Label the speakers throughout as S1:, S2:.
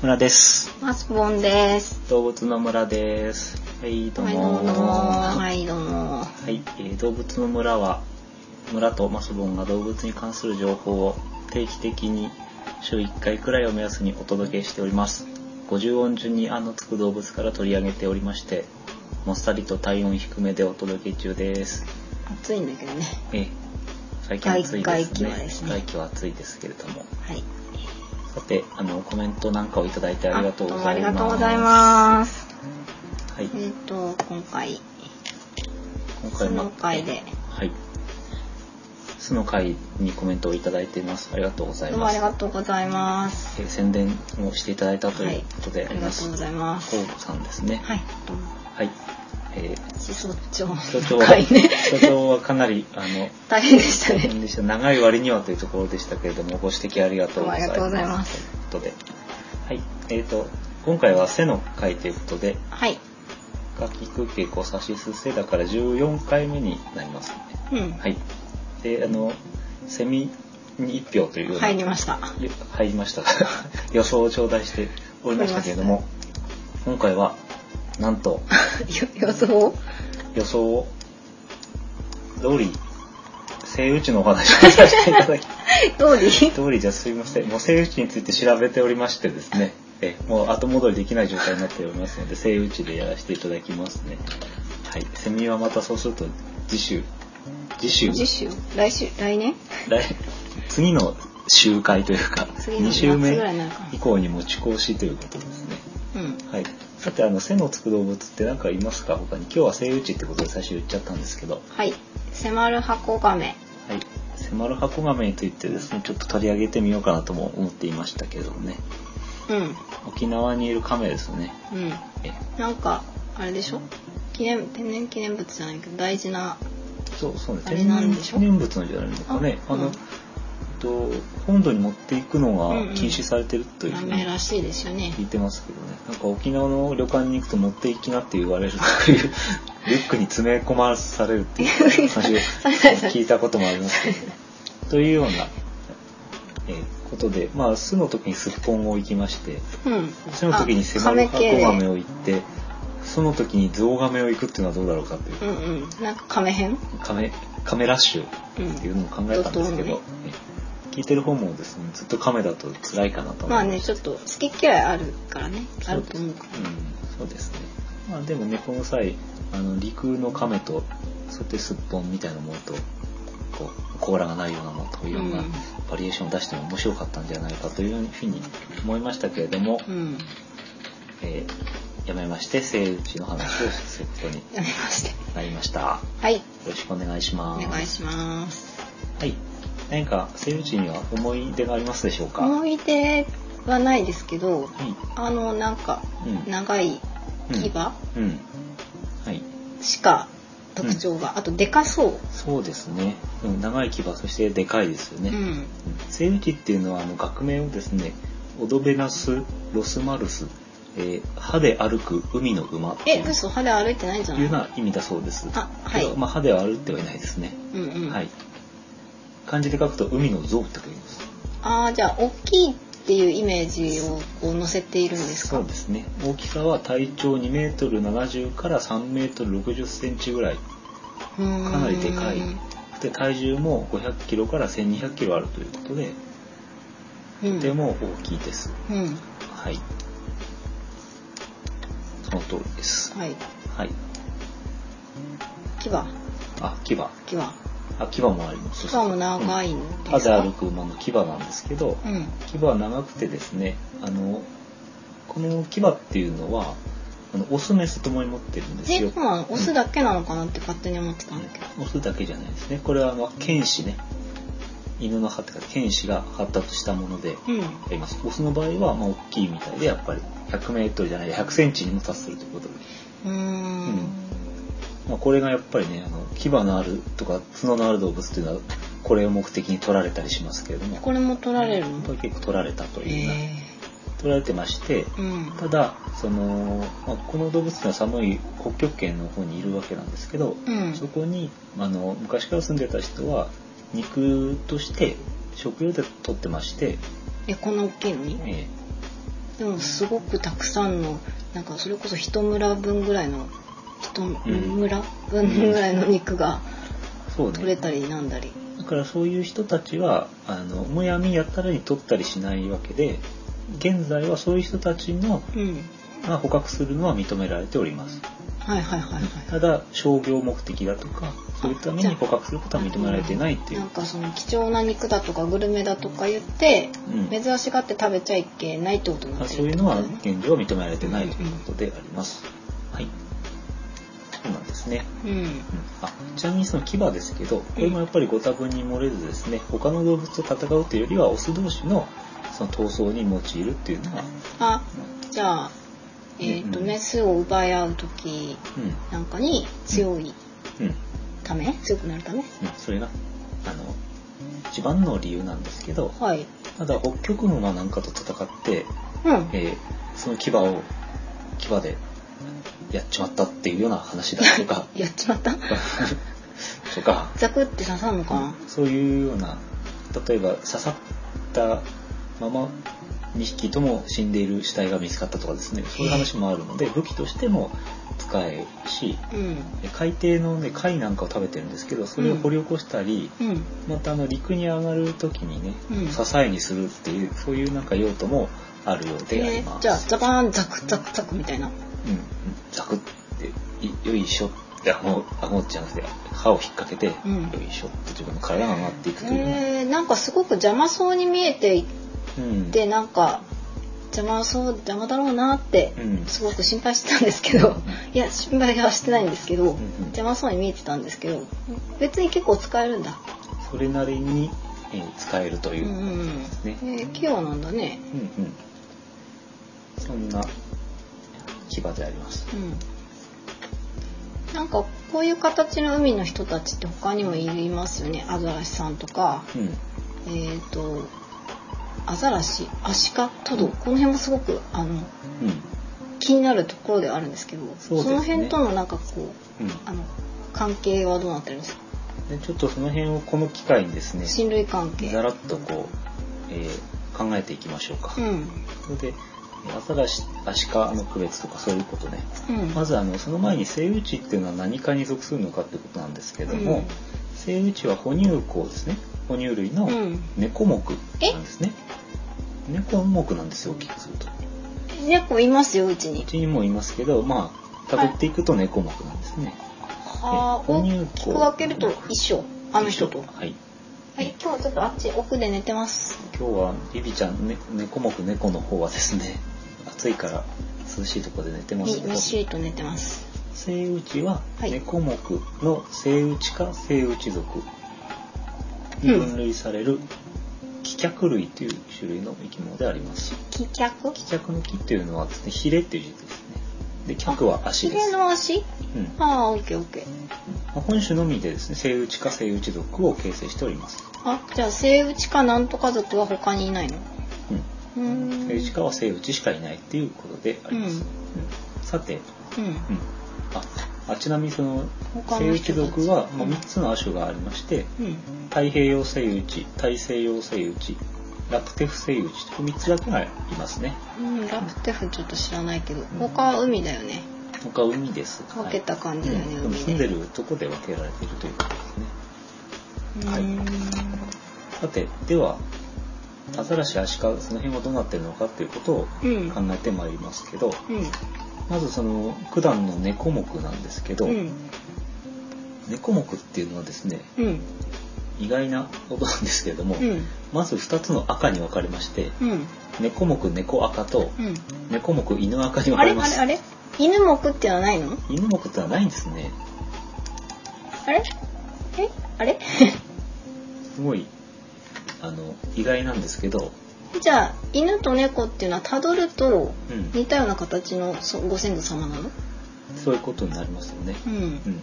S1: 村です。
S2: マスボンです。
S1: 動物の村です。はい、どう
S2: はい、どう
S1: も。
S2: も。はい、どうも。
S1: はい、えー動物の村は村とマスボンが動物に関する情報を定期的に週1回くらいを目安にお届けしております50音順に「あ」のつく動物から取り上げておりましてもっさりと体温低めでお届け中です
S2: 暑いんだけどね。
S1: えー最近暑いです
S2: 外外気
S1: ね
S2: はですね
S1: 外気は暑いですけれども
S2: はい。
S1: さてあのコメントなんかをいただいてありがとうございます
S2: あありがとうございます。
S1: す、はい
S2: えっ、、と、今回、
S1: 今
S2: そ
S1: 回
S2: の
S1: も
S2: 回で、
S1: はい。スの会にコメントをいただいています。ありがとうござい
S2: どうも
S1: ま
S2: あ
S1: す
S2: り。がとうございます。
S1: えー宣伝をしていただいたということで
S2: は
S1: あ
S2: い、
S1: り
S2: あり
S1: ま
S2: がと
S1: す。
S2: うご
S1: こ
S2: ざいます。
S1: うこさんですね。
S2: はい、どうも。
S1: はい。えー
S2: 思想長
S1: 所長
S2: の
S1: は、
S2: 回ね。
S1: 所長はかなり、あの、
S2: 大変でした
S1: 大
S2: ね。
S1: 変でした長い割にはというところでしたけれども、ご指摘ありがとうございます。
S2: どうもありがとうございます
S1: ということで。はい。えっ、と、今回は背の会ということで、
S2: はい。
S1: 楽器空気を差しすせだから14回目になりますね。
S2: うん。
S1: はい。で、あの、セミに一票というような
S2: 入りました。
S1: よ入りましたが 予想を頂戴しておりましたけれども今回はなんと
S2: 予想
S1: 予想を通りセイウチのお話をさせていた だき
S2: 通り
S1: 通りじゃすいませんもうセイウチについて調べておりましてですねえもう後戻りできない状態になっておりますのでセイウチでやらせていただきますねはいセミはまたそうすると次週次週
S2: 次週来週来年
S1: 来次の集会というか
S2: 次の
S1: 2週目
S2: 夏ぐらいになるかな
S1: 以降に持ち越しということですね
S2: うん。
S1: はい、さてあの背のつく動物って何かいますか他に今日はセイウチってことで最初言っちゃったんですけど、
S2: はい。迫る箱亀。
S1: はい、セマルハコガメについてですねちょっと取り上げてみようかなとも思っていましたけどもね
S2: うん。
S1: 沖縄にいるカメですね
S2: うん。
S1: え
S2: なんかあれでしょ記念天然記念物じゃないけど大事な
S1: そうそうね
S2: あれ
S1: 天
S2: なん
S1: 然
S2: でしょ
S1: 記念物なんじゃないのかね
S2: あ
S1: あ
S2: う
S1: の、
S2: ん
S1: えっと本土に持っていくの
S2: うんう
S1: が
S2: ん
S1: 禁止されてるという
S2: ラ
S1: ふう
S2: メ
S1: に
S2: らしいですよね
S1: 聞いてますけどねなんか沖縄の旅館に行くと持っていきなって言われる というリュックに詰め込まされるっていう話を聞いたこともありますけどというような、えーことでまあ巣の時にすっぽんを行きまして
S2: うん
S1: 巣の時にセマルハコガメを行ってその時にゾウガメを行くっていうのはどうだろうかという
S2: う、んうんなんか亀編
S1: カメカメラッシュ
S2: うん
S1: っていうのを考えたんですけど、
S2: うん怒涛のね
S1: え聞いてる方もですねずっとカメだと辛いかなと思い
S2: ま
S1: ま
S2: あ
S1: す
S2: ねちょっと好き嫌いあるからねあると思うから
S1: うん、そうですね。まあでもね、この際、あの、陸の亀と、そうやってすっぽんみたいなものと、こう、甲羅がないようなものと、いろんな
S2: うん
S1: バリエーションを出しても面白かったんじゃないかというふうに思いましたけれども、
S2: うん
S1: えーやめまして、セイウチの話をすることに
S2: やめまして
S1: なりました。よ
S2: はい
S1: ろしくお願いし
S2: お
S1: ます。
S2: 願いします
S1: はい。何か、セイウチには思い出がありますでしょうか
S2: 思い出はないですけ
S1: は
S2: ど
S1: い。
S2: あのなんか
S1: うん
S2: 長い
S1: うん
S2: 牙
S1: うん。はい。
S2: しか特徴があとでかそ
S1: そうですね。うん長い牙、そしてでかいですよ
S2: う
S1: ね。
S2: うん
S1: セイウチっていうのはあの学名をですねオドベナス・ロスマルス、えー歯で歩く海の馬ってい
S2: え
S1: う
S2: 嘘肌歩いてないんじゃ
S1: い
S2: ないう
S1: ような意味だそうです
S2: あはい
S1: けどまあ、歯では歩いてはいないですね、
S2: うんうん
S1: はい漢字で書くと海の象って書きます
S2: ああじゃあ大きいっていうイメージをこう載せているんですか
S1: そうですね大きさは体長2メートル70から3メートル60センチぐらい
S2: か
S1: かなりでかい
S2: うん
S1: で体重も500キロから1200キロあるということで
S2: うん
S1: とても大きいです、
S2: うん
S1: はいその通りです
S2: はい
S1: はい。
S2: 牙
S1: あ、牙。あ、
S2: 牙
S1: 牙もあります。
S2: 牙も長いん
S1: うん。
S2: で
S1: ア
S2: す
S1: ザ
S2: か
S1: ールク馬の牙なんですけど、
S2: うん
S1: 牙は長くてですね、あの、この牙っていうのは、あの、オスメスともに持ってるんです
S2: え
S1: よ。
S2: まあオスだけなのかなって勝手に思ってたんだけど
S1: オスだけじゃないですね。これは、まあ、犬歯ね。犬の歯ってか、犬歯が発達したもので、
S2: うん
S1: あります。オスの場合は、まあ、大きいみたいで、やっぱり、100メートルじゃないで、100センチにも達するということで。
S2: うーん
S1: まあ、これがやっぱりねあの牙のあるとか角のある動物っていうのはこれを目的に取られたりしますけれども
S2: これも取られる
S1: こ
S2: の
S1: れ結構取られたと
S2: へ
S1: いうな
S2: え
S1: 取られてまして
S2: うん
S1: ただその、まあ、この動物っていうのは寒い北極圏の方にいるわけなんですけど、
S2: うん
S1: そこにあの昔から住んでた人は肉として食用で取ってまして、
S2: えこんな大きいのに
S1: え
S2: でもすごくたくさんのなんかそれこそ一村分ぐらいの一村分ぐらいの肉が
S1: そう
S2: 取れ
S1: ね
S2: たりなんだり、
S1: だからそういう人たちはあのむやみやたらに取ったりしないわけで現在はそういう人たちの
S2: うん、
S1: が捕獲するのは認められております
S2: はいはいはいはい
S1: ただ商業目的だとかそういうために捕獲することは認められてないっていう
S2: なんかその貴重な肉だとかグルメだとか言って
S1: うん
S2: 珍しがって食べちゃいけないってことにな
S1: あ
S2: って
S1: そう
S2: るっ
S1: い
S2: て
S1: うの
S2: ことだ
S1: は
S2: よね
S1: 現状は認められてないということであります。はい。そうなんですね。
S2: うん
S1: うんあちなみにその牙ですけど、これもやっぱりご多分に漏れずですね、他の動物と戦うというよりは、オス同士のその闘争に用いるっていうのは、
S2: あじゃあえっ、と、
S1: うんうん
S2: メスを奪い合う時
S1: う
S2: なんかに強い
S1: ん、うん、うん、
S2: ため強くなるため
S1: それが、あの、一番の理由なんですけど、
S2: はい
S1: ただ北極熊なんかと戦って、
S2: うん、
S1: えーその牙を、牙でやっちまったっていうような話だとか
S2: やっちまった
S1: とか、
S2: ザクって刺さんのかな
S1: そういうような例えば刺さったまま2匹とも死んでいる死体が見つかったとかですねそういう話もあるので武器としても使えるし
S2: うん
S1: 海底の、ね、貝なんかを食べてるんですけどそれを掘り起こしたり、
S2: うん
S1: またあの陸に上がる時にね、
S2: うん
S1: 支えにするっていうそういうなんか用途もあるようであり
S2: え
S1: ま
S2: ー
S1: す。
S2: じゃあザバーンザクザクザクみたいな
S1: うんうん、ザクっていよいしょって顎顎じゃなくて歯を引っ掛けて、
S2: うん
S1: よいしょって自分の体が回っていくというような。
S2: えー、なんかすごく邪魔そうに見えてい
S1: うん
S2: てなんか邪魔そう邪魔だろうなって
S1: うん
S2: すごく心配してたんですけどいや心配はしてないんですけど
S1: んうん
S2: 邪魔そうに見えてたんですけど別に結構使えるんだ
S1: それなりに、えー使えると
S2: う
S1: い
S2: んう
S1: う、
S2: んうん
S1: ね
S2: えー、器用なんだね
S1: うんうんそんな牙であります。
S2: うんなんかこういう形の海の人たちって他にもいますよねアザラシさんとか
S1: うん、
S2: えっ、とアザラシアシカトドこの辺もすごくあの
S1: うん、
S2: 気になるところではあるんですけど
S1: そ
S2: そ,、
S1: うですね
S2: の辺とのなんかこう
S1: うん
S2: あの関係はどうなってるんですか
S1: でちょっとその辺をこの機会にですね、
S2: 親類関係
S1: ざらっとこう、えー考えていきましょうか。
S2: うんうん
S1: それで、えーアザラシ、アシカの区別とかそういうことね。まずあのその前にセイウチっていうのは何かに属するのかってことなんですけども、
S2: うん
S1: セイウチは哺乳綱ですね。哺乳類の
S2: うん
S1: 猫目なんですね。猫目なんですよ、大きくすると。
S2: 猫いますようち
S1: う
S2: に
S1: ちにもいますけど、まあ、たどっていくと猫目なんですね。
S2: ああ
S1: 哺乳
S2: 大きく分けると一緒あの人とは
S1: はい。
S2: い今日ちょっとあっち奥で寝てます
S1: 今日は、ビビちゃん、ね、猫目猫の方はですね、暑いから涼しいところで寝てま
S2: み
S1: すけど
S2: みっ、しりと寝てます
S1: セイウチは
S2: はい
S1: 猫目のセイウチかセイウチ属に分類される、気脚類という種類の生き物であります。
S2: 棄却
S1: 気脚の木っていうのはですね、ヒレっていう字ですね。で、脚は足で
S2: ひれ
S1: す。
S2: の足
S1: うん
S2: ああオッケーオッケー
S1: まあ本種のみでですね、セイウチかセイウチ属を形成しております。
S2: あじゃあセイウチかなんとか族は他にいないの
S1: うん。
S2: うーん
S1: セイウチかはセイウチしかいないっていうことであります。
S2: う
S1: う
S2: ん
S1: んさて、
S2: うん
S1: うん。あ、あちなみにその、
S2: 他
S1: セイ
S2: の
S1: ウチ
S2: 人たち
S1: 属は、まあ、
S2: うん
S1: 3つの亜種がありまして、
S2: うん
S1: 太平洋セイウチ、大西洋セイウチ、ラプテフセイウチと3つだけがいますね。
S2: うん、ラプテフちょっと知らないけど、他は海だよね。
S1: 他は海です。
S2: 分けた感じだよね
S1: うん
S2: 海で
S1: 住んでるとこで分けられているということですね。はいう
S2: ーん
S1: さて、では、アザラシ、アシカ、その辺はどうなってるのかっていうことを
S2: うん
S1: 考えてまいりますけど、
S2: うん。
S1: まずその九段の猫目なんですけど、
S2: うん。
S1: 猫目っていうのはですね
S2: うん。
S1: 意外なことなんですけれども、
S2: うん。
S1: まず2つの赤に分かれまして
S2: うん。
S1: 猫目猫赤と
S2: うん。
S1: 猫目犬赤に分
S2: あ
S1: かれ
S2: れあれ
S1: ます
S2: あれ犬目ってのはないの
S1: 犬目ってのはないんですね
S2: あれえあれ
S1: すごいあの意外なんですけど、
S2: じゃあ、犬と猫っていうのはたどると
S1: うん、
S2: 似たような形のそご先祖様なの
S1: そういうことになりますよね、
S2: う。
S1: うんん、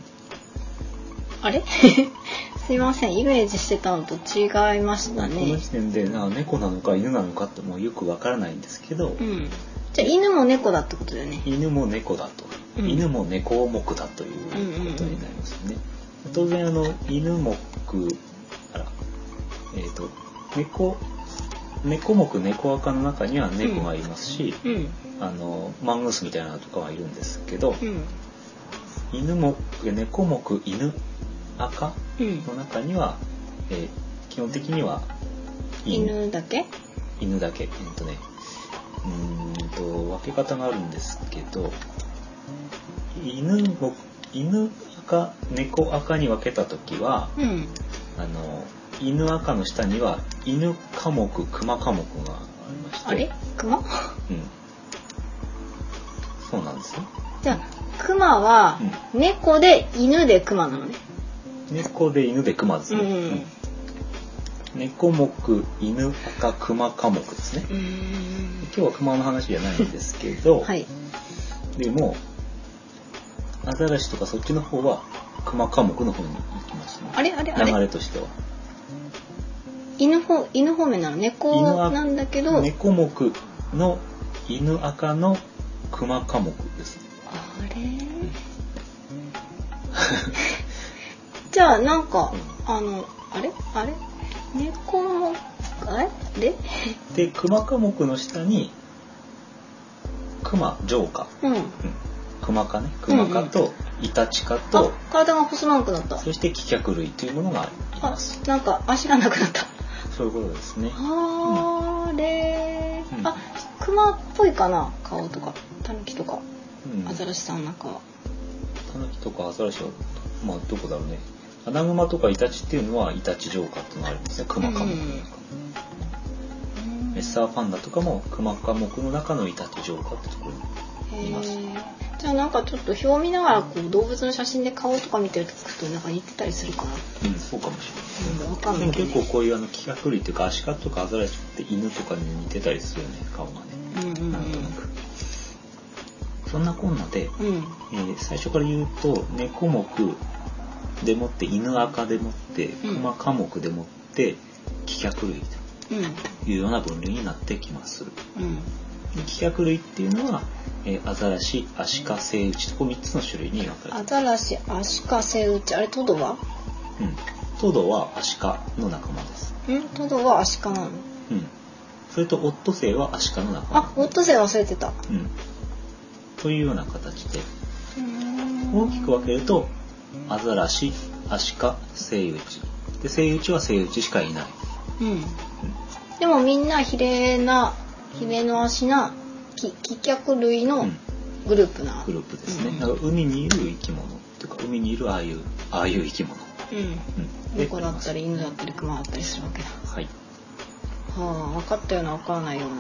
S2: あれ すいません、イメージしてたのと違いました
S1: この
S2: ね。
S1: 時点でな猫なのか犬なのかってもうよく分からないんですけど、
S2: うん。じゃあ、犬も猫だってことだよね。
S1: 犬も猫だと、
S2: うん
S1: 犬も猫目だということになりますよね、当然あの犬目あらえっ、と猫猫目猫赤の中には猫がいますし、
S2: うん
S1: あのマングースみたいなのとかはいるんですけど、
S2: うん
S1: 犬目猫目犬赤
S2: うん
S1: の中には、えー基本的には犬
S2: 犬だけ
S1: 犬だけうんとねうーんと分け方があるんですけど犬目犬赤猫赤に分けた時は
S2: うん
S1: あの犬赤の下には犬科目熊科目がありまして
S2: あれ熊
S1: うんそうなんですよ
S2: じゃあ熊は猫で犬で熊なのね
S1: 猫で犬で熊ですね、
S2: うん
S1: 猫目犬赤熊科目ですね
S2: うーん
S1: 今日は熊の話じゃないんですけど、
S2: はい
S1: でもアザラシとかそっちの方は熊科目の方に行きますね
S2: あれあれあ
S1: 流
S2: れ
S1: れとしては
S2: 犬方犬方面なの猫
S1: 犬は
S2: なんだけど
S1: 猫目の犬赤の熊科目です ね
S2: あれじゃあなんか、あのあれあれ猫もあれで
S1: で熊科目の下に熊浄化、
S2: うん
S1: うん、熊科ね熊科とイタチ科と、
S2: あ体が細長くなった
S1: そして棄却類というものがい
S2: あ
S1: ます。
S2: なんか足がなくなった
S1: そういうことですね。
S2: あれ、
S1: うん
S2: あ熊っぽいかな顔とかタヌキとか
S1: うん、
S2: アザラシさんなんかは
S1: タヌキとかアザラシは、まあ、どこだろうね。アナグマとかイタチっていうのはイタチ浄化っていうのがあるんですね。クマ科目の中。
S2: うん
S1: レッサーパンダとかもクマ科目の中のイタチ浄化ってところに。
S2: へ
S1: います
S2: ーじゃあなんかちょっと表を見ながらこう動物の写真で顔とか見てるとちょっとなんか似てたりするかな
S1: うん、そうかもし
S2: うんわ
S1: れ
S2: か
S1: ない。
S2: ん
S1: で
S2: な
S1: も
S2: いけど
S1: 結構こういうあの企画類っていうかアシカとかアザラシって犬とかに似てたりするよね、顔がね。
S2: うんうん
S1: なんとなく。そんなこんなで、
S2: うんうん
S1: えー最初から言うと猫目でもって犬赤でもって
S2: うん
S1: 熊科目でもって棄却類
S2: うん
S1: というような分類になってきます。
S2: うん
S1: で棄却類っていうのは、えーアザラシ、アシカ、セイウチとこう3つの種類に分かれて
S2: ア
S1: る。
S2: ザラシアシカセイウチあれトドは
S1: うん。トドはアシカの仲間です。
S2: んトドはアシカなの
S1: うん。それとオットセイはアシカの仲間。
S2: あオットセイ忘れてた
S1: うん。というような形で
S2: 大
S1: 大きく分けるとアザラシ、アシカ、セイウチ。で、セイウチはセイウチしかいない。
S2: うんでもみんな比例な比例の足なき棄却類
S1: う
S2: の
S1: ん
S2: グループな
S1: グループですね。
S2: うん
S1: だから海にいる生き物とか海にいるああいうああいう生き物。
S2: うん
S1: うん、
S2: 猫だった
S1: り。
S2: り犬だったり熊だったりするわけだ
S1: はい。
S2: はあ分かったような分からないよう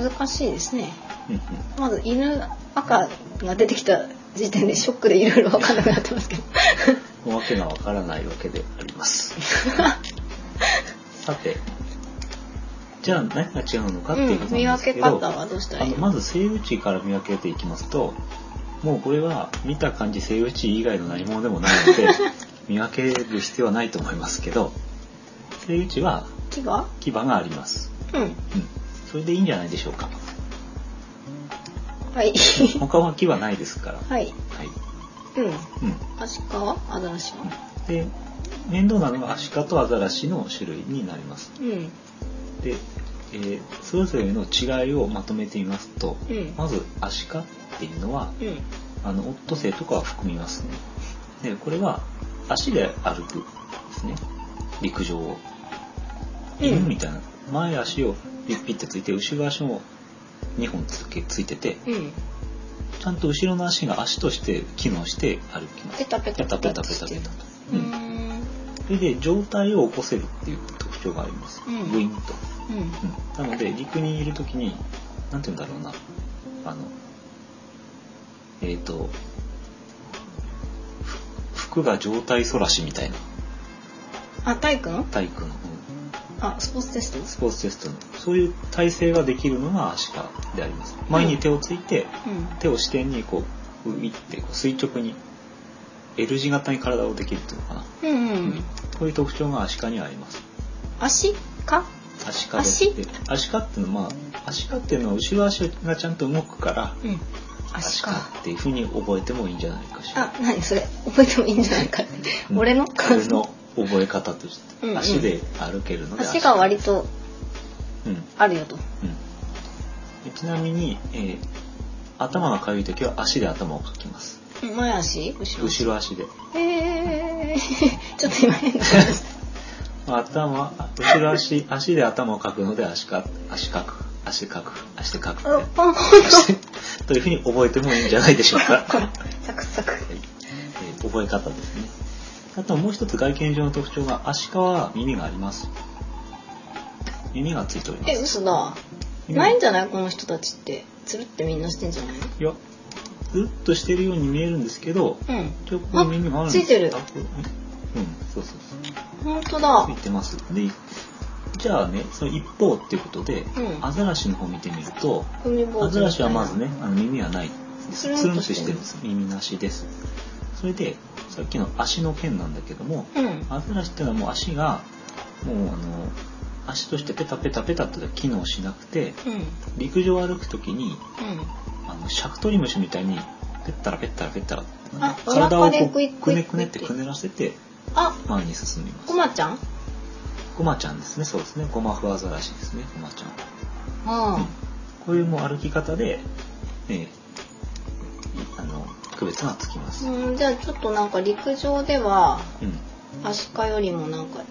S2: な難しいですね
S1: うんうん。
S2: まず犬赤が出てきた時点でショックでいろいろ分かんなくなってますけど
S1: もうわけがわからないわけであり ます。さて、じゃあ何が違うのかっていうこ
S2: うん
S1: と
S2: 見
S1: なんです
S2: 分
S1: け
S2: け
S1: ど、
S2: 方はどうしたら
S1: あ
S2: いい
S1: の
S2: の
S1: まずセイウチから見分けていきますと、もうこれは見た感じセイウチ以外の何者でもないの で、見分ける必要はないと思いますけど、セイウチは
S2: 牙うん
S1: 牙があります。うん。それでいいんじゃないでしょうか。
S2: はい
S1: 他は木はないですから。は
S2: はい
S1: い。
S2: うん
S1: うん。
S2: アシカはアザラシは
S1: で、面倒なのがアシカとアザラシの種類になります。
S2: うん
S1: で、えーそれぞれの違いをまとめてみますと、
S2: うん
S1: まずアシカっていうのは、
S2: うん
S1: あの、オットセイとかは含みますね。で、これは足で歩くですね。陸上を。
S2: うん
S1: 犬みたいな。前足をピッピッてついて、後ろ足も2本つけついてて、
S2: うん
S1: ちゃんと後ろの足が足として機能して歩きます
S2: ペ。タペタ
S1: ペタペタペタ
S2: して
S1: ペ
S2: る
S1: タと。
S2: う
S1: うんん。それで状態を起こせるっていう特徴があります。
S2: うん
S1: グインと。
S2: うん
S1: うん、なので陸にいる時に何て言うんだろうなあのえっ、とふ服が状態そらしみたいな
S2: あ体育の
S1: 体育の、うん
S2: あスポーツテスト
S1: スポーツテストのそういう体勢ができるのがアシカであります前に手をついて、
S2: うん
S1: 手を支点にこう浮いてこう垂直に L 字型に体をできるっていうのかな、
S2: うんう
S1: うんこういう特徴がアシカにはあります
S2: アシカ
S1: アシカで
S2: 足
S1: でアシカっていうのは、まあ、アシカっていうのは後ろ足がちゃんと動くから
S2: うんア
S1: アシ
S2: シ
S1: カ
S2: カ
S1: っていうふうに覚えてもいいんじゃないかしら
S2: あ何それ覚えてもいいんじゃないかって
S1: うん
S2: 俺の
S1: 俺の覚え方として、
S2: うんうん
S1: 足で歩けるので
S2: 足が
S1: り
S2: 割と
S1: うん。うん
S2: あるよと
S1: でちなみに、えー頭がかゆい時は足で頭をかきます。
S2: 前足後ろ足
S1: 後ろ足 で。
S2: えー、 ちょっと今変 な話し
S1: 頭、後ろ足、足で頭をかくので足か、足かく、足かく、足でかく
S2: たあ
S1: ね。
S2: パン粉
S1: 足 というふうに覚えてもいいんじゃないでしょうか。
S2: これ サクサク
S1: えー覚え方ですね。あともう一つ外見上の特徴が、アシカは耳があります。耳がついておりま
S2: え
S1: す。
S2: 嘘だ
S1: うん
S2: ないんじゃないこの人たちってつるってみんなしてんじゃないの
S1: いや、ずっとしてるように見えるんですけど、
S2: うん
S1: 一応ここに耳があるんです
S2: あついてる
S1: あこれうん、そうそうそう。
S2: 本当だ
S1: ついてます。で、じゃあね、その一方っていうことで、
S2: うん
S1: アザラシの方見てみると、
S2: 海坊主みたいな
S1: アザラシはまずね、あの耳はないです。
S2: つるんと
S1: つるんとしてるんです。耳なしです。それで、さっきの足の件なんだけども、
S2: うん
S1: アザラシっていうのはもう足が、もうあの、足としてペタペタペタって機能しなくて、
S2: うん
S1: 陸上を歩くときに、
S2: う
S1: あの、シャクトリムシみたいに、ペッタラペッタラペッタラ、
S2: あ
S1: 体を
S2: お
S1: こ
S2: 腹でクイッ
S1: う、
S2: ク
S1: く
S2: イ
S1: ね
S2: ッ
S1: く
S2: クイ
S1: ね
S2: ッ
S1: っ
S2: ク
S1: て
S2: イッ
S1: くねらせて、
S2: んあ
S1: 前に進みます。
S2: ごまちゃん
S1: ゴマちゃんですね、そうですね。ゴマフアザラシですね、ゴマちゃん。
S2: あ
S1: こういうもう歩き方で、ええあの、区別がつきます。
S2: あ、
S1: うん。
S2: うん、じゃあちょっとなんか陸上ではアシカよりもなんか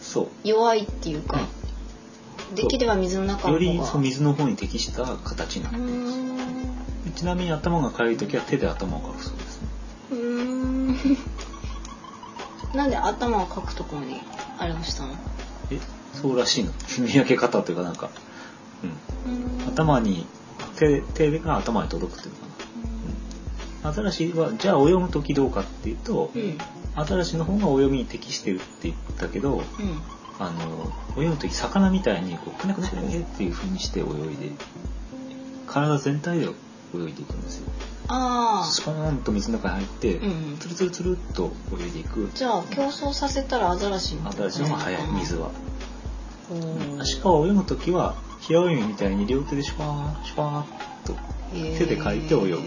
S1: そう。
S2: 弱いっていうか、できれば水の中
S1: よ
S2: の方が
S1: りそう水の方に適した形にな
S2: う
S1: る
S2: ーん
S1: ちなみに頭がかゆい時は手で頭をかくそうですね。
S2: うーん なんで頭をかくところにあれをしたのう
S1: え、そうらしいの。見分け方というかなんか、うん。
S2: ーん
S1: 頭に、手、手が頭に届くっていうのかな。アザラシは、じゃあ泳ぐ時どうかっていうと、
S2: うんうん
S1: アザラシの方が泳ぎに適してるって言ったけど、あの泳ぐ時魚みたいにこうくねくねくねくねっていう風にして泳いで体全体で泳いでいくんですよ
S2: あ
S1: スコーンと水の中に入って、
S2: あうん
S1: ツルツルツルっと泳いでいく
S2: じゃあ競争させたらアザラシも
S1: アザラシの方が早い水は、
S2: おー
S1: アシカは泳ぐ時は平泳ぎみたいに両手でシュパーシュパーっと手でかいて泳ぐというよ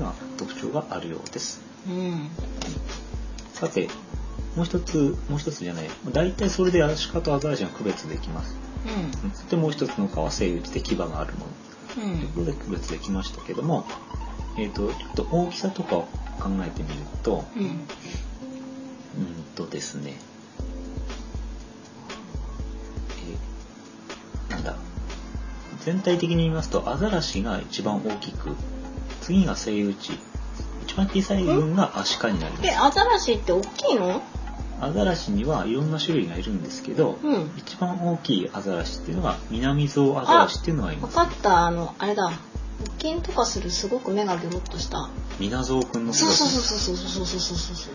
S1: うな特徴があるようです
S2: うん
S1: さてもう一つもう一つじゃない大体それでアシカとアザラシが区別できますうんそしてもう一つの顔はセイウチで牙があるもの
S2: うんうん
S1: ということで区別できましたけども、えー、とちょっと大きさとかを考えてみると
S2: うん
S1: うんとですねえーなんだ全体的に言いますとアザラシが一番大きく次がセイウチ一番小さい分がアシカになりま
S2: え
S1: す
S2: アザラシって大きいの
S1: アザラシにはいろんな種類がいるんですけど
S2: うん
S1: 一番大きいアザラシっていうのが南ゾウアザラシっていうのがい
S2: 分
S1: ます
S2: かったあのあれだ腹筋とかするすごく目がギョロッとした
S1: ミナゾウくんの
S2: そうそうそう
S1: う
S2: そうそうそうそうそうそう
S1: そう、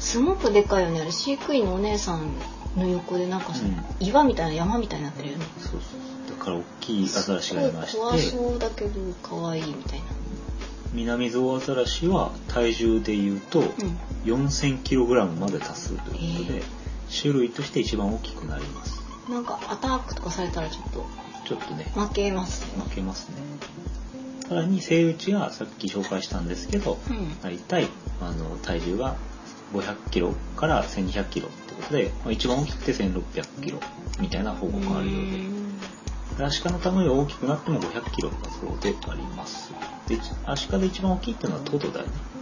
S2: すごくでかいよねあれ飼育員のお姉さんの横でなんかさ、
S1: う
S2: 岩みたいな山みたいになってるよね
S1: そうそうそうだから大きいアザラシがいまし
S2: すごい怖
S1: て
S2: そうだけど可愛いみたいな
S1: 南ゾウアザラシは体重でいうと
S2: うん
S1: 4000キログラムまで達するということ
S2: へ
S1: で
S2: え
S1: 種類として一番大きくなります
S2: なんかアタックとかされたらちょっと
S1: ちょっとね
S2: 負けますね
S1: 負けますねさらにセイウチがさっき紹介したんですけど
S2: うん
S1: 大体あの体重が500キロから1200キロってことで、まあ、一番大きくて1600キロみたいな報告があるようででアシカのために大きくなっても500キロだそうであります。で、アシカで一番大きいっていうのはトドだよね。
S2: うん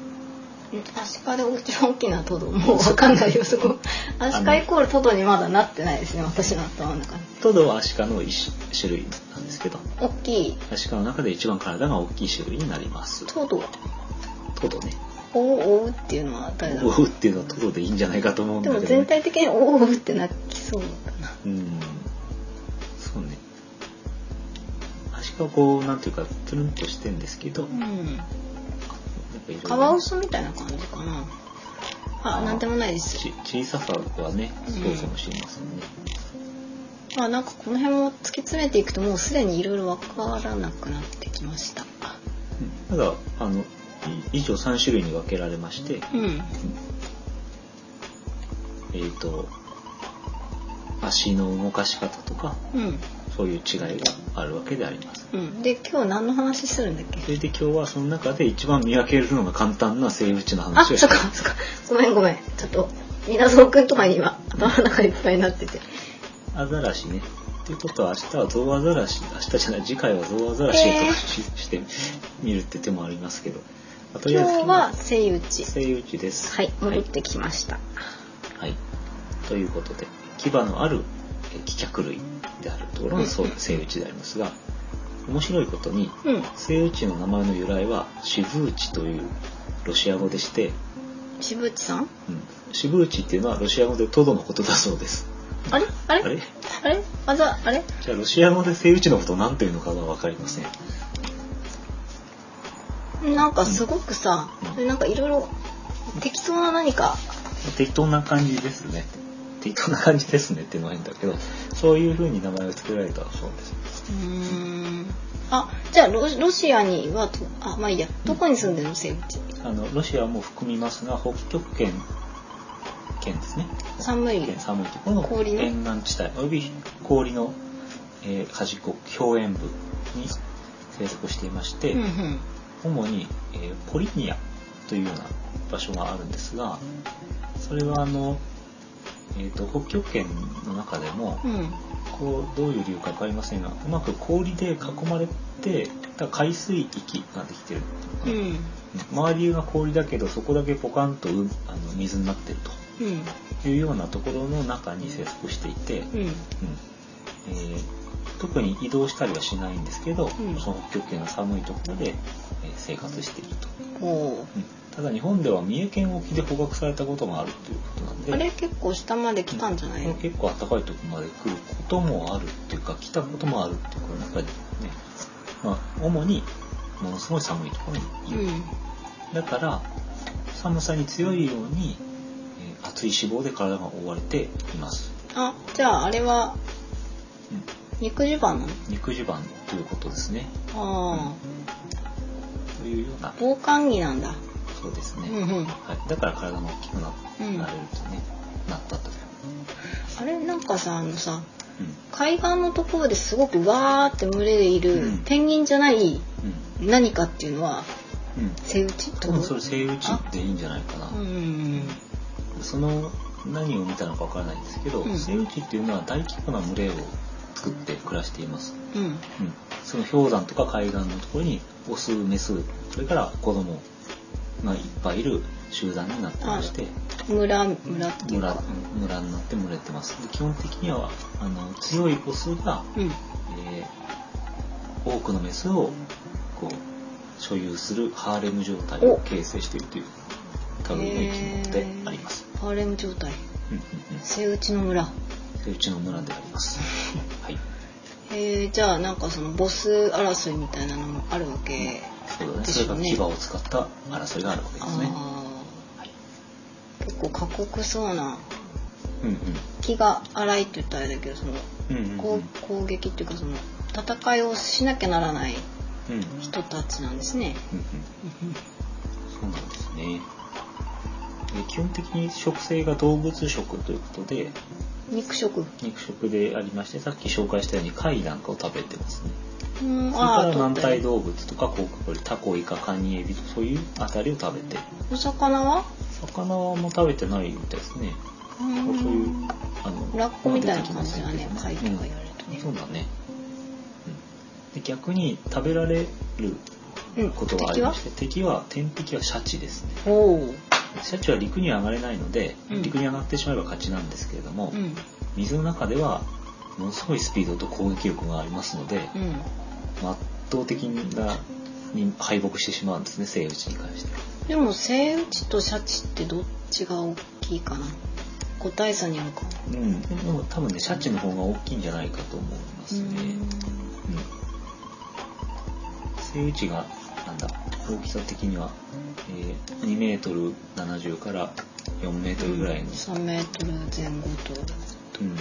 S2: アシカで一番大きなトドもうわかんないよそこアシカイコールトドにまだなってないですね私の頭の中に
S1: トドはアシカの一種類なんですけど、
S2: 大きい
S1: アシカの中で一番体が大きい種類になります。
S2: トド
S1: トドね。
S2: おうおうっていうのは誰だろ
S1: オウっていうのはトドでいいんじゃないかと思うん
S2: うで
S1: だけ
S2: も
S1: ど、ね。
S2: 全体的におうおうって泣きそうだな
S1: うん。そうね。アシカはこう、なんていうか、つるんとしてんですけど、なんか
S2: うん
S1: いろいろ
S2: カワウソみたいな感じかな。あ、なんでもないです。
S1: ち小ささはね、そうかもしれませんね。
S2: まあ、なんかこの辺も突き詰めていくと、もうすでにいろいろわからなくなってきました。
S1: ただあのい以上3種類に分けられまして、
S2: うん。
S1: えー、と足の動かし方とか
S2: うん。
S1: そういう違いがあるわけであります
S2: うん。で、今日何の話するんだっ
S1: そ
S2: け。
S1: れで今日はその中で一番見分けるのが簡単なセイウチの
S2: あ、
S1: 話
S2: そ
S1: を
S2: っ
S1: し
S2: か、
S1: て
S2: そっか。ごめん、ごめん。ちょっと。みなぞうくんとかに今、頭の中いっぱいになってて。
S1: アザラシねっていうことは明日はゾウアザラシ明日じゃない次回はゾウアザラシを
S2: えー
S1: 特集してみるって手もありますけど、まあとり
S2: 今
S1: あえず
S2: 日はセイウチ
S1: セイウチです
S2: はい戻ってきました、
S1: はい、ということで牙のあるえー棄却類であるところ
S2: う
S1: が
S2: ん
S1: そうセイウチでありますが面白いことに
S2: うん
S1: セイウチの名前の由来はシブウチというロシア語でして、
S2: 渋内さん
S1: うん、シブウチっていうのはロシア語でトドのことだそうです
S2: あれあれ
S1: あれ
S2: あれあざあれ
S1: じゃあロシア語でセイウチのことを何ていうのかが分かりません
S2: なんかすごくさ、
S1: うん
S2: なんかいろいろ適当な何か
S1: 適当な感じですね適当な感じですねっていうのはいいんだけどそういうふうに名前を付けられたそうです
S2: うーんあじゃあロロシアにはとあまあいいやどこに住んでるのセイウチ
S1: あのロシアも含みますが北極圏圏ですね
S2: 寒い
S1: 北極圏寒いところの
S2: 氷の
S1: 沿岸地帯および氷の、えー端っこ表縁部に生息していまして、
S2: うんうん
S1: 主に、えーポリニアというような場所があるんですがそれはあの、えー、と北極圏の中でも
S2: うん
S1: こうどういう理由か分かりませんがうまく氷で囲まれてだから海水域ができてるって
S2: う
S1: いうのかなん周りが氷だけどそこだけポカンとうあの水になってる
S2: うん
S1: というようなところの中に生息していて、うん
S2: う
S1: え
S2: ん
S1: ー特に移動したりはしないんですけど、
S2: ん
S1: その北極圏の寒いところで、えー生活していると、
S2: お
S1: うんただ日本では三重県沖で捕獲されたことがあるということなんで
S2: あれ結構下まで来たんじゃない
S1: うん結構暖かいとこまで来ることもあるっていうか来たこともあるっていうこの中でね、まあ、主にものすごい寒いところにいる、
S2: うん
S1: だから寒さに強いように、えー厚い脂肪で体が覆われています、
S2: あじゃああれは
S1: うん、
S2: 肉襦袢なの
S1: 肉襦袢ということですね
S2: あ
S1: というような
S2: あ防寒着なんだ
S1: そうです
S2: う
S1: ね、
S2: んうん
S1: はい、だから体が大きくな,、
S2: うん
S1: なれるとねなったという、
S2: あれなんかさあのさ
S1: う
S2: 海岸のところですごくわーって群れでいる、
S1: うん
S2: ペンギンじゃない
S1: ん
S2: 何かっていうのは
S1: うんうん
S2: セイウチって
S1: 多
S2: こ
S1: 分
S2: と
S1: それセイウチっていいんじゃないかな、
S2: うんうん
S1: その何を見たのかわからないんですけど、
S2: うん
S1: セイウチっていうのは大規模な群れを作って暮らしています、
S2: うんうん
S1: うん、その氷山とか海岸のところにオスメスそれから子供がいっぱいいる集団になってまして
S2: 村村っていう
S1: 村
S2: か
S1: 村になって群れてますで基本的にはあの強いオスが、
S2: うん
S1: えー多くのメスをこう所有するハーレム状態を形成しているという類の生き物であります、
S2: ハーレム状態
S1: うんうんうん
S2: セイウチの村
S1: うちの村であり ます。はい。
S2: へえじゃあなんかそのボス争いみたいなのもあるわけ
S1: そうだね。
S2: で
S1: そ
S2: し
S1: れ
S2: ょ
S1: が
S2: うね
S1: 牙を使った争いがあるわけですね。
S2: あ
S1: はい。
S2: あ結構過酷そうな
S1: うん
S2: 気が荒いって言ったらあれだけどその
S1: うん。うんうん、うん。
S2: 攻攻撃っていうかその戦いをしなきゃならない
S1: うん。うんうん。
S2: 人たちなんで すね。
S1: そうなんですね。で基本的に食性が動物食ということで、
S2: 肉食。
S1: 肉食でありまして、さっき紹介したように貝なんかを食べてますね。
S2: うん
S1: それから軟
S2: 取った
S1: 体
S2: よ
S1: 動物とか甲殻類、タコ、イカ、カニエビとそういうあたりを食べて、
S2: お魚は？
S1: 魚も食べてないみたいですね。
S2: う。
S1: そういうんあの
S2: ラッコみたいな感じだね。貝と
S1: う
S2: か言
S1: ん
S2: われるとね。
S1: そうだね、うん、で逆に食べられる
S2: うん。
S1: ことがありまして敵は天敵はシャチですね
S2: おおー。
S1: シャチは陸には上がれないので、
S2: うん
S1: 陸に上がってしまえば勝ちなんですけれども、
S2: うん
S1: 水の中ではものすごいスピードと攻撃力がありますので、
S2: うん。
S1: 圧倒的なに敗北してしまうんですねセイウチに関しては
S2: でもセイウチとシャチってどっちが大きいかな。個体差によるかな。
S1: うんでも多分ねシャチの方が大きいんじゃないかと思いますね、セイウチがなんだ大きさ的には、えー、2メートル70から4メートルぐらいに、
S2: 3メートル前後と。
S1: うん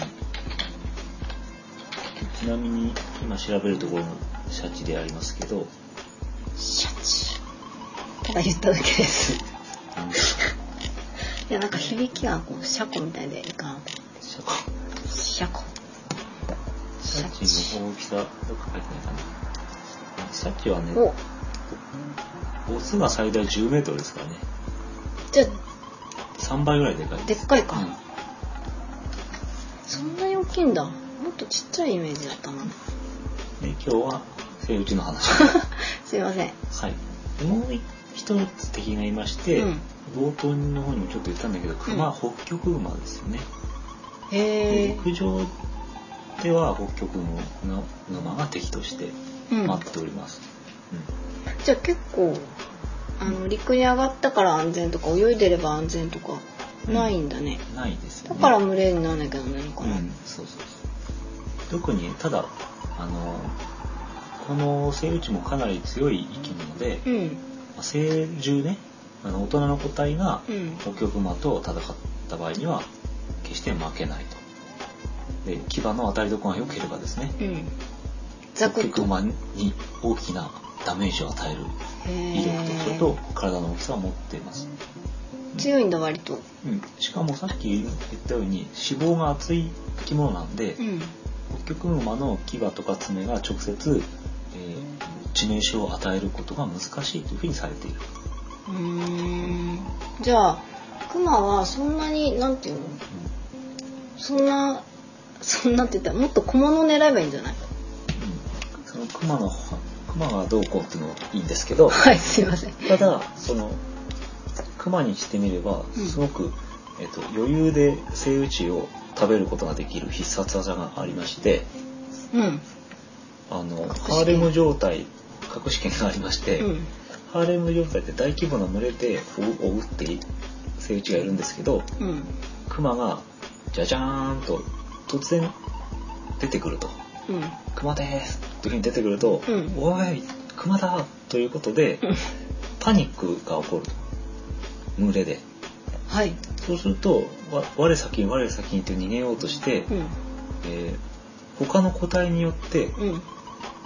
S1: ちなみに今調べるところのシャチでありますけど
S2: シャチ。ただ言っただけです。
S1: あの
S2: いやなんか響きがこうシャコみたいでいかん。
S1: シャコ
S2: シャコ。
S1: シャチの大きさどっか書いてないかなシャチはね
S2: お、
S1: オスが最大10メートルですからね
S2: じゃ
S1: 3倍ぐらいでかい
S2: あでっかいか。
S1: うん
S2: そんなに大きいんだ。もっとちっちゃいイメージだったな
S1: で今日はセイウチの話
S2: すいません
S1: はいもう一つ敵がいまして、
S2: うん
S1: 冒頭の方にもちょっと言ったんだけど熊、
S2: うん
S1: 北極馬ですよね、
S2: へえ
S1: 陸上では北極の馬が敵として
S2: うん
S1: 待っております、うん
S2: じゃあ結構あの陸に上がったから安全とか泳いでれば安全とかないんだね、
S1: ないですよ
S2: だ
S1: ね
S2: から群れにならなきゃダメなのか
S1: う
S2: な、
S1: ん、そうそうそう特にただあのこのセイウチもかなり強い生き物で、
S2: う
S1: ま
S2: ん
S1: あ成獣ねあの大人の個体が
S2: うん
S1: 北極馬と戦った場合には決して負けないとで牙の当たりどころが良ければですね
S2: うんザク
S1: 北
S2: ッ
S1: 極
S2: と
S1: 馬に大きなダメージを与える威力とそれと体の大きさを持っています、
S2: 強いんだ割と
S1: うん、しかもさっき言ったように脂肪が厚い生き物なんで、
S2: うん
S1: 北極馬の牙とか爪が直接、えー致命傷を与えることが難しいというふうにされている。
S2: うーんじゃあクマはそんなになんていうのそんなそんなって言ったらもっと小物を狙えばいいんじゃない
S1: うんその熊の熊がどうこうっていうのはいいんですけど、
S2: はいすいません
S1: ただその熊にしてみれば
S2: うん
S1: すごく、えっと余裕でセイウチを食べることができる必殺技がありまして、
S2: うん
S1: あの
S2: 格式
S1: ハーレム状態隠し剣がありまして。
S2: うん
S1: ハーレム状態って大規模な群れで追うっていうセイウチがいるんですけど、
S2: うん
S1: クマがじゃじゃーんと突然出てくると、
S2: うん
S1: クマですというふうに出てくると、
S2: うん
S1: おい、クマだということで、
S2: うん
S1: パニックが起こると。群れで。
S2: はい
S1: そうすると、わ我先に我先にと逃げようとして、
S2: うん
S1: えー他の個体によって
S2: うん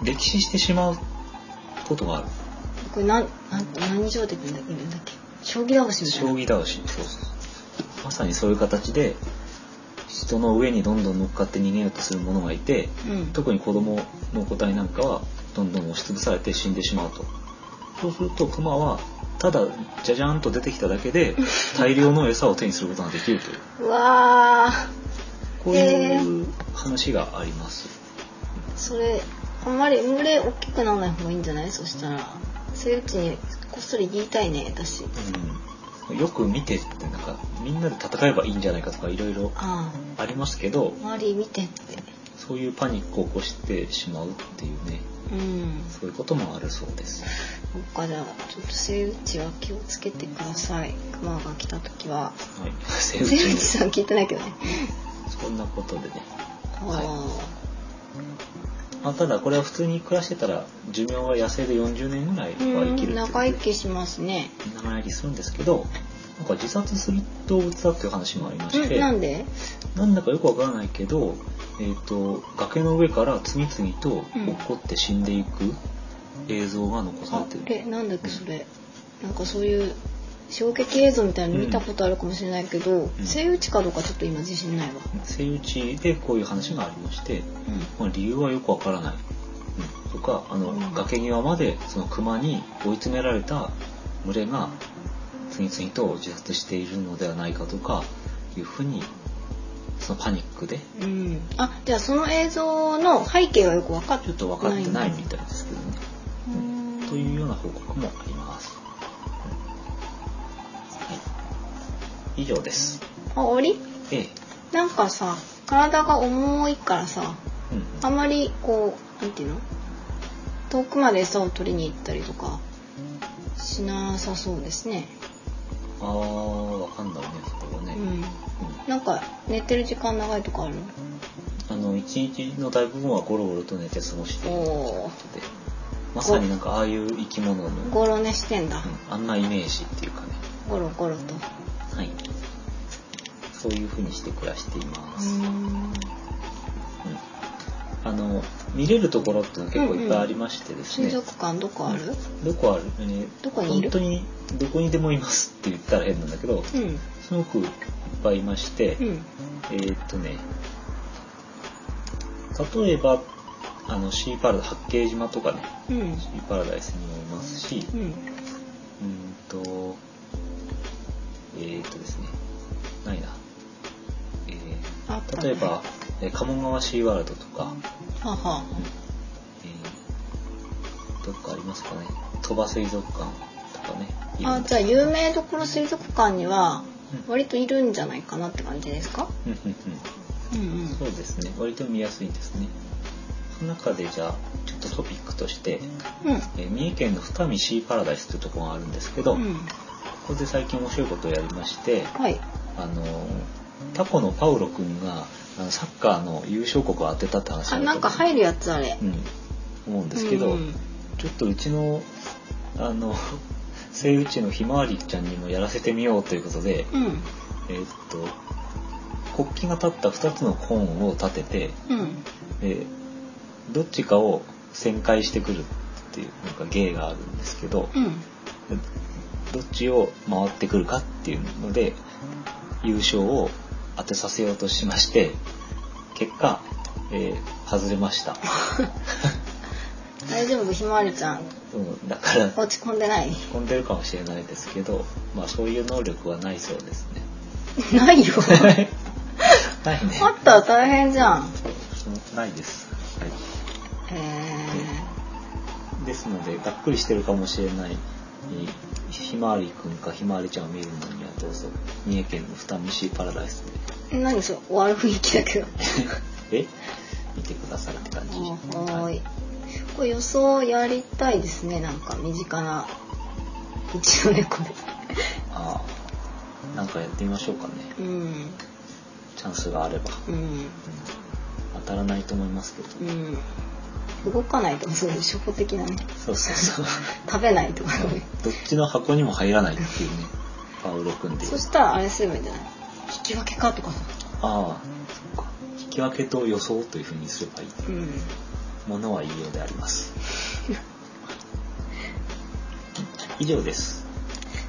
S1: 歴史してしまうことがある。
S2: これなんなん何条で言うんだっけ将棋倒しみたい
S1: 将
S2: な
S1: 棋倒しそうそうまさにそういう形で人の上にどんどん乗っかって逃げようとするものがいて
S2: うん
S1: 特に子供の個体なんかはどんどん押しつぶされて死んでしまうとそうするとクマはただじゃじゃんと出てきただけ で大量の餌を手にすることができるという
S2: うわあ
S1: こういう話があります、
S2: それあんまり群れ大きくならない方がいいんじゃないそしたらそういううちにこっそり言いたいね私
S1: うん、よく見てってなんかみんなで戦えばいいんじゃないかとかいろいろ
S2: あ
S1: ありますけど
S2: あ周り見てって
S1: そういうパニックを起こしてしまうっていうね
S2: うん
S1: そういうこともあるそうです。
S2: そっかじゃあちょっとセイウチは気をつけてくださいクマが来た時
S1: は
S2: は
S1: い。セ
S2: セイウチさん聞いてないけどね
S1: そんなことでね。
S2: あ
S1: まあ、ただこれは普通に暮らしてたら寿命は野生で40年ぐらいは
S2: あう
S1: 生きるってい
S2: ん
S1: う
S2: 長生きしますね
S1: 長生きするんですけど、なんか自殺する動物だっていう話もありまして、
S2: んなんで
S1: なんだかよくわからないけど、えっ、と崖の上から次々と落っこって死んでいく映像が残さ
S2: あ
S1: れてる。
S2: れなんだっけそれなんかそういう衝撃映像みたいなの見たことあるかもしれないけど、
S1: ん
S2: セイウチかどうかちょっと今自信ないわ
S1: セイウチでこういう話がありまして、まあ、理由はよくわからない、うん、とかあの、
S2: うん
S1: 崖際までその熊に追い詰められた群れが次々と自殺しているのではないかとかいうふうにそのパニックで
S2: うん、うん、あじゃあその映像の背景がよく分かっ
S1: ちょっと分かってないみたいですけどね、
S2: うん
S1: というような報告もあります、はい、以上です
S2: あ折り
S1: A
S2: なんかさ体が重いからさ
S1: うん
S2: あまりこうなんていうの遠くまで餌を取りに行ったりとかしなさそうですね
S1: あー分かんないねそれは
S2: う
S1: ね、
S2: ん
S1: うん
S2: なんか寝てる時間長いとかある
S1: あの一日の大部分はゴロゴロと寝て過ごしているということでまさになんかああいう生き物の、うん、
S2: ゴロ寝してんだ
S1: あんなイメージっていうかね
S2: ゴロゴロと
S1: はいそういうふうにして暮らしています、うん
S2: ん
S1: あの見れるところっていうのは結構いっぱいありましてですね、
S2: 水族館どこある
S1: どこある、ね、
S2: どこにいる
S1: 本当にどこにでもいますって言ったら変なんだけど
S2: うん
S1: すごくいっぱいいまして、
S2: うん
S1: えーっとね、例えば、あの、シーパラダイス、八景島とかね、
S2: うん
S1: シーパラダイスにもいますし、
S2: う
S1: うんーんと、えーっとですね、ないな。え
S2: あった
S1: ー、例えば、えー鴨川シーワールドとか、
S2: はは
S1: えーどっかありますかね鳥羽水族館とかね
S2: あじゃあ有名どころ水族館には
S1: うん
S2: 割といるんじゃないかなって感じですか
S1: うんうんう
S2: うん
S1: んそうですね割と見やすいですねその中でじゃあちょっとトピックとして、
S2: うんうん
S1: えー三重県の二見シーパラダイスというところがあるんですけど、
S2: うん
S1: ここで最近面白いことをやりまして
S2: はい
S1: あのタコのパウロ君があのサッカーの優勝国を当てたって話
S2: あ
S1: だった
S2: なんか入るやつあれ
S1: うん、思うんですけど、
S2: うん
S1: ちょっとうちのあの セイウチのひまわりちゃんにもやらせてみようということで、
S2: うん
S1: えーっと国旗が立った2つのコーンを立てて、
S2: うん
S1: えーどっちかを旋回してくるっていうなんか芸があるんですけど、
S2: うん
S1: どっちを回ってくるかっていうので優勝を当てさせようとしまして結果、えー外れました
S2: 大丈夫ひまわりちゃん
S1: うんだから
S2: 落ち込んでない
S1: 飛んでるかもしれないですけど、まあそういう能力はないそうです ね。
S2: ないよ
S1: ないね。
S2: あったら大変じゃん
S1: そうないです。は
S2: へ
S1: い。ですので、がっくりしてるかもしれない、えひまわりくんかひまわりちゃんを見るのにはどうぞ、三重県の二見市パラダイス
S2: え何それ終わる雰囲気だけど
S1: で、え見てくださいって感じ。
S2: はーい。これ予想やりたいですね。なんか身近なうちの猫で。
S1: ああ、なんかやってみましょうかね。
S2: うん。
S1: チャンスがあれば。
S2: うん。
S1: うん当たらないと思います けど。
S2: うん。動かないとかそういう初歩的なね。
S1: そうそうそう。
S2: 食べないとかそういう。
S1: どっちの箱にも入らないっていうね、パウロ君でいう
S2: そ。したらあれすればいいんじゃない引き分けかとかさ。
S1: ああ、そっか。引き分けと予想というふうにすればいい。
S2: うん。
S1: ものは言いようであり ます。以上です。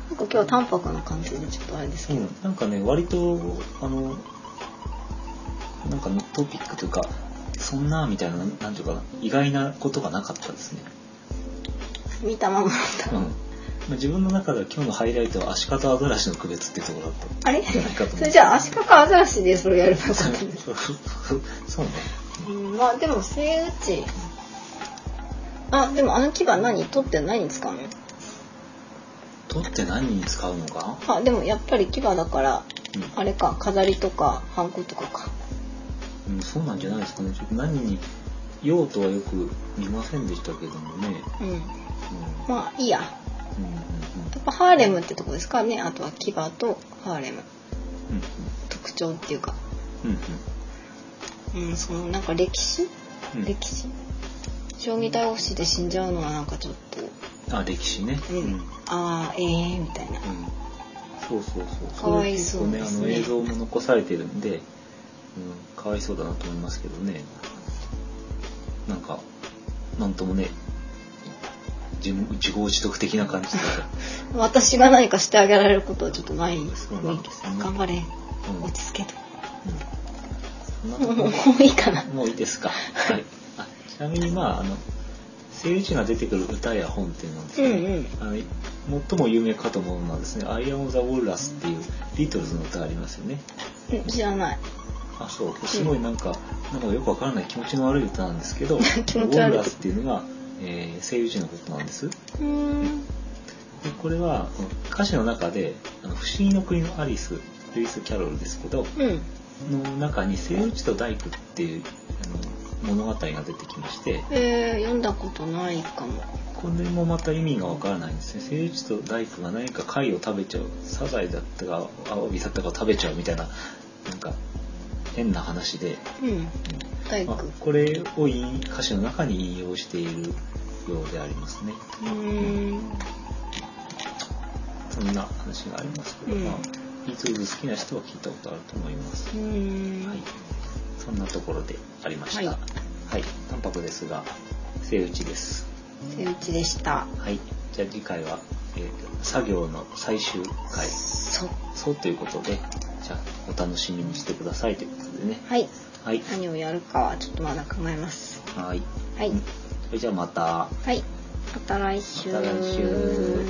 S2: なんか今日淡白な感じでちょっとあれです
S1: う
S2: けど。
S1: ん、なんかね、割と、あの、なんかトピックというか、そんなみたいな、なんなんていうかな、意外なことがなかったですね。
S2: 見たままだっ
S1: うん。ま
S2: た。
S1: あ自分の中では今日のハイライトはアシカとアザラシの区別っていうところだった。
S2: あれ
S1: じゃないかと思う
S2: それじゃあアシカかアザラシでそれやればよ かったね。
S1: そうね。
S2: うんまあでもセイウチあでもあの牙何取って何に使うの
S1: 取って何に使うのか
S2: あでもやっぱり牙だから
S1: うん
S2: あれか飾りとかハンコとかか
S1: うん、そうなんじゃないですかね。ちょっと何に用途はよく見ませんでしたけどもね。
S2: うん
S1: うん
S2: まあいいやや
S1: うんうんうん
S2: っぱハーレムってとこですかねあとは牙とハーレム特徴っていうか
S1: うんうん
S2: うんそのなんか歴史、
S1: うんうん
S2: 歴史将棋大王子で死んじゃうのはなんかちょっと
S1: あ歴史ね。
S2: うん、ああええー、みたいな
S1: うんそうそうそう。
S2: かわいそう
S1: れ
S2: で
S1: 結
S2: す
S1: 構
S2: ね
S1: ねあの映像も残されてるんで、うん、かわいそうだなと思いますけどね。なんかなんともね自自業自得的な感じで。
S2: 私が何かしてあげられることはちょっとない
S1: そうな
S2: 雰囲
S1: ん
S2: 気
S1: で
S2: です
S1: すね
S2: 頑張れ
S1: うん
S2: 落ち着けと
S1: うんそんなとこ
S2: もうもういいかな。
S1: もういいですか。はい。あちなみに、まあ、あの、セイウチが出てくる歌や本っていうのはですね、
S2: うん
S1: あの最も有名かと思うのはですね、アイアン・ザ・ウォーラスっていうビートルズの歌ありますよね。
S2: うん。知らない。
S1: あ、そう。すごいなんか、なんかよくわからない気持ちの悪い歌なんですけど、ウ
S2: 気
S1: ォ
S2: 持ち悪
S1: ー
S2: い
S1: ラスっていうのが、えー、セイウチのことなんです。で
S2: うーん。
S1: これは、この歌詞の中で、あの不思議の国のアリス、ルイス・キャロルですけど、
S2: うん。
S1: の中に、セイウチと大工っていうあの物語が出てきまして、
S2: えー、読んだことないかも。
S1: これもまた意味がわからないんですね。セイウチと大工が何か貝を食べちゃう。サザエだったか、アワビだったかを食べちゃうみたいな、なんか、変な話で、
S2: うん。
S1: う
S2: 大
S1: んま
S2: 工
S1: あ。これを引歌詞の中に引用しているようでありますね。
S2: うーん。
S1: そんな話がありますけど、
S2: うん
S1: まあ、ビートルズ好きな人は聞いたことあると思います。
S2: うーん。
S1: はい、そんなところでありました。
S2: は
S1: はいい、淡白ですが、セイウチです。
S2: 手打ちでした。
S1: はい、じゃあ次回は、えー作業の最終回
S2: そ
S1: そうということでじゃあお楽しみにしてくださいということでね
S2: はい。
S1: はい
S2: 何をやるかはちょっとまだ考えます。
S1: はい
S2: はい。
S1: それじゃあまた
S2: はい。また来週。
S1: また来週